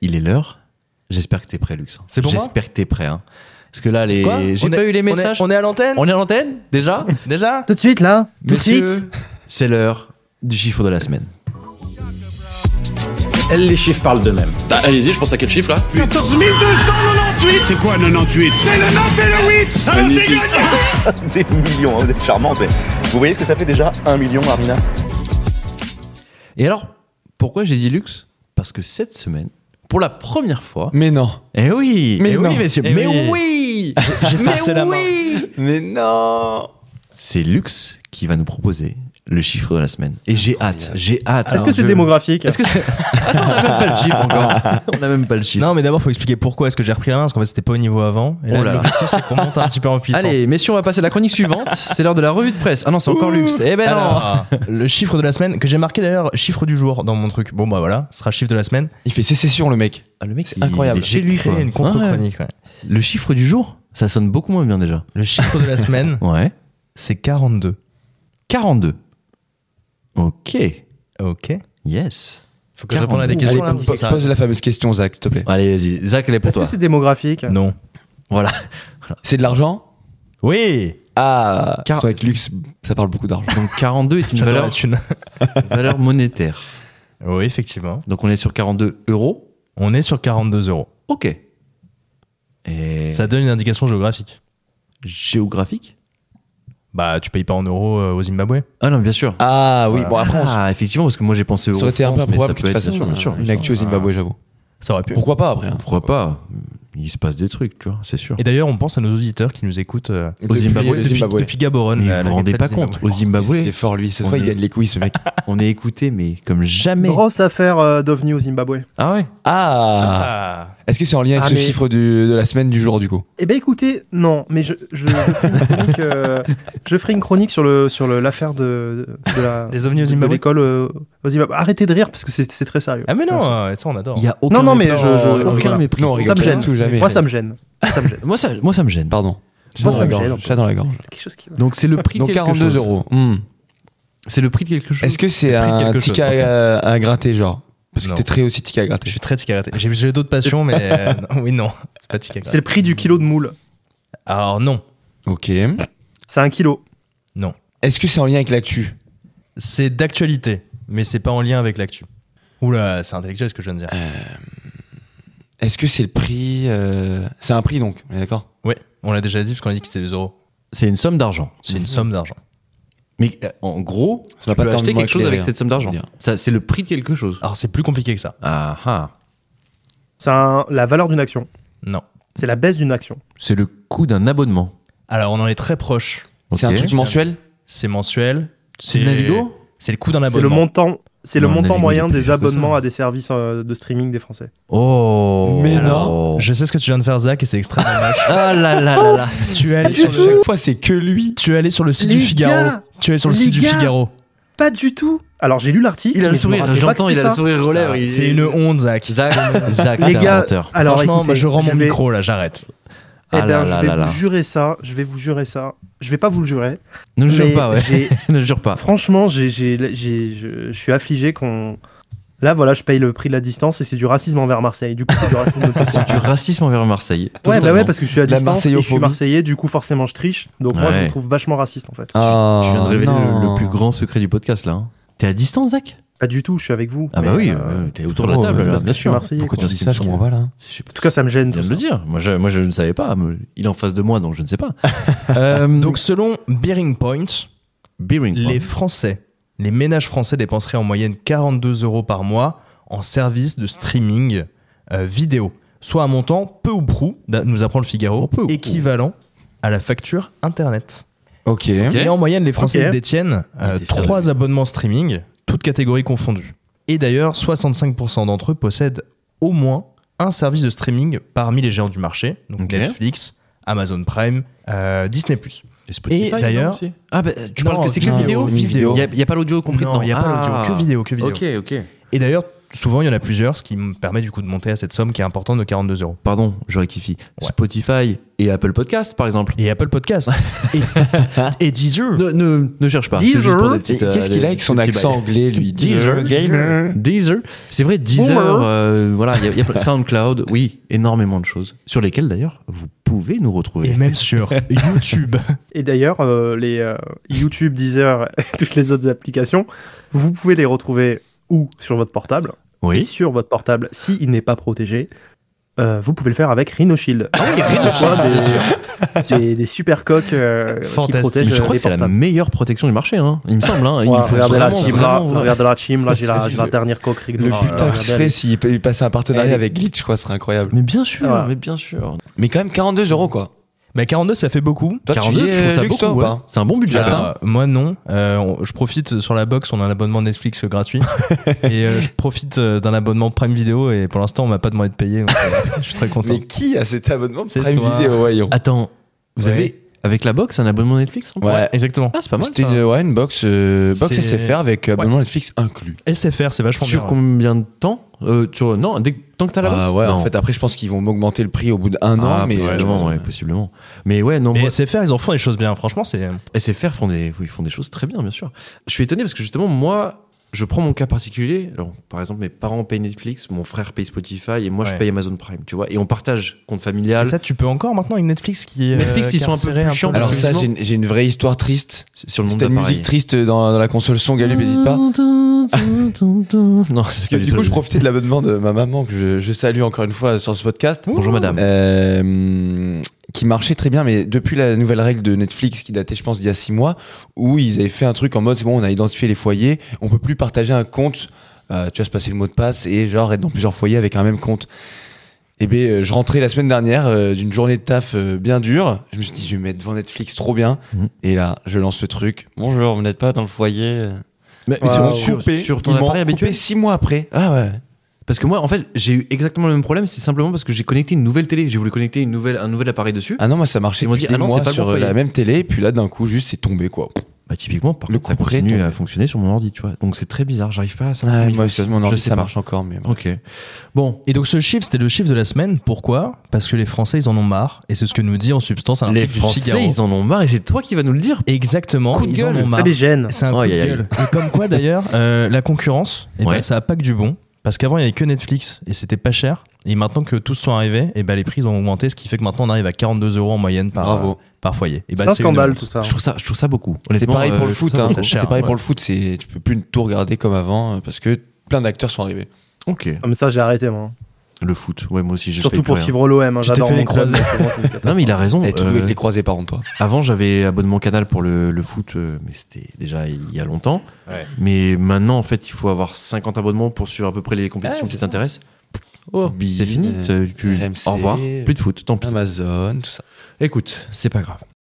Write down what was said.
il est l'heure. J'espère que t'es prêt, Lux. hein. C'est pour moi J'espère que t'es prêt. hein. Parce que là, les... Quoi j'ai On pas est- eu les on est- messages. On est, à l'antenne On est à l'antenne déjà Déjà Tout de suite, là Tout de Messieurs, suite C'est l'heure du chiffre de la semaine. Les chiffres parlent d'eux-mêmes. Bah, allez-y, je pense à quel chiffre là 14 298 C'est quoi 98 C'est le 9 et le 8 Alors c'est gagné Des millions, hein, vous êtes charmants, mais vous voyez ce que ça fait déjà un million, Armina Et alors, pourquoi j'ai dit luxe Parce que cette semaine, pour la première fois, Mais non. eh oui, Mais eh non. oui, messieurs, Eh mais oui, oui. mais oui, Mais non c'est luxe qui va nous proposer le chiffre de la semaine. Et j'ai hâte, j'ai hâte. Est-ce que c'est Je- démographique Est-ce que c'est- Attends, on n'a même pas le chiffre encore. On n'a même pas le chiffre. Non, mais d'abord, faut expliquer pourquoi est-ce que j'ai repris la main, parce qu'en fait, c'était pas au niveau avant. Oh Et là, là là. l'objectif, c'est qu'on monte un petit peu en puissance. Allez, messieurs, on va passer à la chronique suivante. C'est l'heure de la revue de presse. Ah non, c'est encore luxe. Eh ben non. Alors, le chiffre de la semaine, que j'ai marqué d'ailleurs chiffre du jour dans mon truc. Bon, bah voilà, ce sera chiffre de la semaine. Il fait sécession, le mec. Ah, le mec, c'est incroyable. J'ai lui créé une contre-chronique. ouais. Le chiffre du jour, ça sonne beaucoup moins bien déjà. Le chiffre de la semaine, Ouais. c'est 42. 42. Ok. Ok. Yes. Faut que je réponde à 42. des questions. là, Allez, po- parce que ça- pose la fameuse question, Zach, s'il te plaît. Allez, vas-y. Zach, elle est pour Est-ce que toi. c'est démographique Non. Voilà. C'est de l'argent Oui Ah Car- Car... Avec luxe, ça parle beaucoup d'argent. Donc 42 est une J'adore valeur, la thune. valeur monétaire. Oui, effectivement. Donc on est sur 42 euros. On est sur 42 euros. Ok. Et Ça donne une indication géographique. géographique Bah, tu payes pas en euros euh, au Zimbabwe Ah non, bien sûr. Ah oui, bon après, on s- Ah, effectivement, parce que moi j'ai pensé euro. ça aurait été un peu improbable que tu fasses ça sur bien sûr. une actu au Zimbabwe, j'avoue. Ça aurait pu. Pourquoi pas après hein. Pourquoi pas Il se passe des trucs, tu vois, c'est sûr. Et d'ailleurs, on pense à nos auditeurs qui nous écoutent euh, Au Zimbabwe, le depuis, Zimbabwe. depuis Gaborone. Mais la- vous la vous rendez pas capitale du compte, Zimbabwe. au Il est Zimbabwe, fort, lui. Cette On fois, il est- gagne les couilles, ce mec. on est écouté, mais comme jamais. Grosse affaire euh, d'OVNI au Zimbabwe. Ah ouais Ah Ah. Est-ce que c'est en lien avec Ah, ce mais- chiffre du- de la semaine du jour, du coup Eh ben écoutez, non, mais je, je, je ferai, une chronique, euh, je ferai une chronique sur le sur le- l'affaire de, de la Des ovnis au de- de Zimbabwe l'école euh, au Zimbabwe. Arrêtez de rire parce que c'est c'est très sérieux. Ah mais non, Merci. euh, ça on adore. Il y a aucun Non, non, mais mépris. je- je- aucun voilà. mépris. Non, on ça rigole me pas gêne. du tout, jamais. Moi ça me gêne. Ça me gêne. Moi ça, moi ça me gêne. Pardon. Chat Moi, dans ça la me gêne, en gorge. fait. Chat dans la gorge. Quelque chose qui. Donc c'est le prix Donc de quelque 42 chose. euros. Hmm. C'est le prix de quelque chose. Est-ce que c'est Le prix de un quelque ticket chose, ok. à, à gratter, genre Parce que Non. t'es très aussi ticket à Je gratter. suis très ticarate. J'ai j'ai d'autres passions, mais euh, non, oui non, c'est pas ticarate. C'est le prix du kilo de moule. Alors non, Ok. C'est un kilo. Est-ce que c'est en lien avec l'actu c'est d'actualité, mais c'est pas en lien avec l'actu. Oula, c'est intellectuel ce que je viens de dire. Euh. Est-ce que c'est le prix euh, C'est un prix donc, on est d'accord Ouais, on l'a déjà dit parce qu'on a dit que c'était des euros. c'est une somme d'argent C'est une somme d'argent. Mais euh, en gros, m'a tu peux pas acheter tellement quelque chose éclairé, avec hein, cette somme d'argent. je veux dire. Ça, c'est le prix de quelque chose. Alors c'est plus compliqué que ça. Ah ah. C'est un- la valeur d'une action. Non. C'est la baisse d'une action. C'est le coût d'un abonnement. Alors on en est très proche. C'est un Ok. truc mensuel C'est mensuel. C'est de Navigo C'est le coût d'un C'est le abonnement. montant. C'est le Non, Navigo, montant il est moyen plus des cher que ça. abonnements à des services euh, de streaming des Français. Oh. Mais non. Je sais ce que tu viens de faire Zach et c'est extrêmement moche. Ah là là là là. tu es allé sur Chaque le, fois, c'est que lui. tu es allé sur le site Ah, Les du Figaro. gars tu es allé sur le Les site du gars Figaro. Pas du tout. Alors j'ai lu l'article. Il a le mais je me sourire. rappelais pas J'entends. Il que a c'était le ça. sourire relève. il- C'est une honte Zach. Zach, Zach, Les t'es un gars, menteur. alors Franchement, écoutez, moi, je rends mon vais- micro là, j'arrête. Eh Ah ben, là je là vais là vous là. jurer ça. Je vais vous jurer ça. Je vais pas vous le jurer. Ne le jure mais pas, ouais. j'ai- Ne le jure pas. Franchement, j'ai, j'ai- j'ai- je, je suis affligé qu'on. Là, voilà, je paye le prix de la distance et c'est du racisme envers Marseille. Du coup, c'est du racisme. de C'est du racisme envers Marseille. ouais, bah ouais, Totalement. parce que je suis à La distance et je suis marseillaphobie. marseillais. Du coup, forcément, je triche. Donc moi, je Ouais. me trouve vachement raciste en fait. Ah, Tu viens de révéler le- le, non. plus grand secret du podcast là. hein. T'es à distance, Zach Pas du tout. Je suis avec vous. Ah bah mais, oui, euh, euh, t'es autour de la frérot, table, euh, là, parce bien je suis sûr. marseillais. Pourquoi quoi. tu dis ça Je comprends pas là. Je sais pas. En tout cas, ça me gêne. Je viens Tout de le ça. dire. Moi je, moi, je ne savais pas. mais Il est en face de moi, donc je ne sais pas. Euh, Donc selon Bearing Point, Bearing Point. les Français, les ménages français dépenseraient en moyenne 42 euros par mois en services de streaming euh, vidéo, soit un montant peu ou prou, da- nous apprend le Oh, Figaro, peu ou prou. équivalent à la facture Internet. Ok. Et en moyenne, les Français Ok. détiennent Il était fier de 3 lui. abonnements streaming, toutes catégories confondues. Et d'ailleurs, 65% d'entre eux possèdent au moins un service de streaming parmi les géants du marché, donc Ok. Netflix, Amazon Prime, euh, Disney+. Et Spotify, Et d'ailleurs- non, aussi Ah bah tu Non, parles que c'est que non, vidéo vidéo. Il n'y a, y a pas l'audio compris Non, il n'y a pas l'audio, que vidéo, que vidéo. Ah. Ok, ok. Et d'ailleurs, souvent, il y en a plusieurs, ce qui me permet du coup de monter à cette somme qui est importante de 42 euros. Pardon, je rectifie. Ouais. Spotify et Apple Podcast, par exemple. Et Apple Podcast. et, et Deezer. Ne, ne- ne cherche pas. c'est Deezer. juste pour des Et petites, euh, Qu'est-ce qu'il des a avec son petits accent bails. anglais, lui Deezer, Gamer. Deezer. C'est vrai, Deezer, Boomer. euh, voilà, il y a- il y a plein- SoundCloud, oui, énormément de choses. Sur lesquelles, d'ailleurs, vous pouvez nous retrouver. Et même sur YouTube. Et d'ailleurs, euh, les euh, YouTube, Deezer et toutes les autres applications, vous pouvez les retrouver ou sur votre portable, et Oui. sur votre portable, s'il n'est pas protégé, euh, vous pouvez le faire avec RhinoShield. Ah oui, rien de Parfois, cher, bien sûr. des, euh, des- des super coques euh, qui Fantastique. protègent Mais je euh, crois les que c'est la portables. meilleure protection du marché, hein. il me semble. Hein. Il Ouais, faut regardez la vraiment, team, là, vraiment, vraiment. regardez la team, là j'ai la, Parce j'ai que la dernière coque rigolo. Le Oh, Ah, putain qui regardez, serait s'il peut- il passait un partenariat Elle est- avec Glitch, je crois, ce serait incroyable. Mais bien sûr, Ouais. mais bien sûr. Mais quand même 42 euros, quoi. Mais 42, ça fait beaucoup. Toi, tu 42, y es, je trouve ça Lux, beaucoup. toi, ou ouais. pas C'est un bon budget. Alors, hein. euh, moi non, Euh, on- je profite sur la box, on a un abonnement Netflix gratuit et euh, je profite euh, d'un abonnement Prime Video et pour l'instant on m'a pas demandé de payer, donc, euh, je suis très content. Mais qui a cet abonnement de C'est Prime toi. Video, voyons Attends, vous Ouais. avez avec la box un abonnement Netflix en plus Ouais. Exactement. Ah, c'est pas mal. C'était Ça. une, ouais, une box, euh, box C'est- SFR avec abonnement Netflix inclus. SFR, c'est vachement Sur bien. combien de temps Euh, sur- Non, dès... que- tant que t'as la box Ah ouais, en Non. fait, après, je pense qu'ils vont augmenter le prix au bout d'un Ah, an, mais. euh, je possiblement, pense- ouais, possiblement. Mais ouais, non, Mais moi, SFR, ils en font des choses bien. Franchement, c'est SFR font des, ils font des choses très bien, bien sûr. Je suis étonné parce que justement, moi, je prends mon cas particulier. Alors, par exemple, mes parents payent Netflix, mon frère paye Spotify et moi, je Ouais. paye Amazon Prime, tu vois. Et on partage compte familial. ça, tu peux encore maintenant avec Netflix qui est. Netflix, ils sont un peu carcéré plus chiants Alors, Parce que ça, sinon- j'ai une- j'ai une vraie histoire triste. sur le monde C'était une musique triste dans, dans la console son, Galu, n'hésite Mmh. pas. non, c'est Parce que pas du coup, je profitais de l'abonnement de ma maman, que je, je salue encore une fois sur ce podcast. Bonjour madame. Euh, qui marchait très bien, mais depuis la nouvelle règle de Netflix qui datait, je pense, d'il y a six mois, où ils avaient fait un truc en mode c'est bon, on a identifié les foyers, on peut plus partager un compte, euh, tu vas se passer le mot de passe et genre être dans plusieurs foyers avec un même compte. Et ben euh, je rentrais la semaine dernière euh, d'une journée de taf euh, bien dure. Je me suis dit, je vais me mettre devant Netflix trop bien. Mhm. Et là, je lance ce truc. Bonjour, vous n'êtes pas dans le foyer. Mais Wow. sur, sur- Coupé, sur ton ils m'ont appareil habituel coupé six mois après. Ah ouais. Parce que moi, en fait, j'ai eu exactement le même problème. C'est simplement parce que j'ai connecté une nouvelle télé. J'ai voulu connecter une nouvelle, un nouvel appareil dessus. Ah non, moi ça marchait Ils m'ont depuis dit, des ah non, c'est mois pas le bon sur euh, foyer. la même télé, et puis là d'un coup juste c'est tombé quoi. Bah, typiquement, par Le contre, ça couperet est continue tombé. à fonctionner sur mon ordi, tu vois. Donc c'est très bizarre. J'arrive pas à savoir. Ouais, comment il moi aussi fonctionne. Ah mon Je ordi sais ça pas. marche encore mais bon. Ok. Bon, Et donc ce chiffre, c'était le chiffre de la semaine. Pourquoi Parce que les Français, ils en ont marre. Et c'est ce que nous dit en substance un les article du Figaro. Français, ils en ont marre et c'est toi qui vas nous le dire. Exactement. Coup de ils en gueule. ont Ça marre. les gêne. C'est un Oh, coup de aïe, aïe. gueule. Et comme quoi d'ailleurs, euh, la concurrence, eh ben, Ouais. ça a pas que du bon. Parce qu'avant, il n'y avait que Netflix et c'était pas cher. Et maintenant que tous sont arrivés, eh ben, les prix ont augmenté, ce qui fait que maintenant on arrive à 42 euros en moyenne par, euh, Bravo. par foyer. Et ben, C'est un une scandale honte. tout ça. Je trouve ça, je trouve ça beaucoup. C'est Honnêtement, pareil euh, pour le je trouve foot ça hein. beaucoup. ça C'est cher, pareil ouais. pour le foot, c'est tu peux plus tout regarder comme avant euh, parce que plein d'acteurs sont arrivés. Ok. Comme Ah, ça, j'ai arrêté moi. Le foot. Ouais, moi aussi, j'ai Surtout failli pour pleurer, suivre l'OM. hein, Tu t'es J'adore fait mon les club, croisés. mais pour moi, c'est une hein. Non, mais catastrophe. il a raison. Et Eh, tout euh, avec les croisés par contre toi. Avant, j'avais abonnement canal pour le, le foot, euh, mais c'était déjà il y a longtemps. Ouais. Mais maintenant, en fait, il faut avoir 50 abonnements pour suivre à peu près les compétitions Ouais, qui c'est t'intéressent. Oh, Bein, c'est fini. euh, t'as- tu- RMC, Ah. Au revoir. Plus de foot, tant pis. Amazon tout ça. Écoute, c'est pas grave.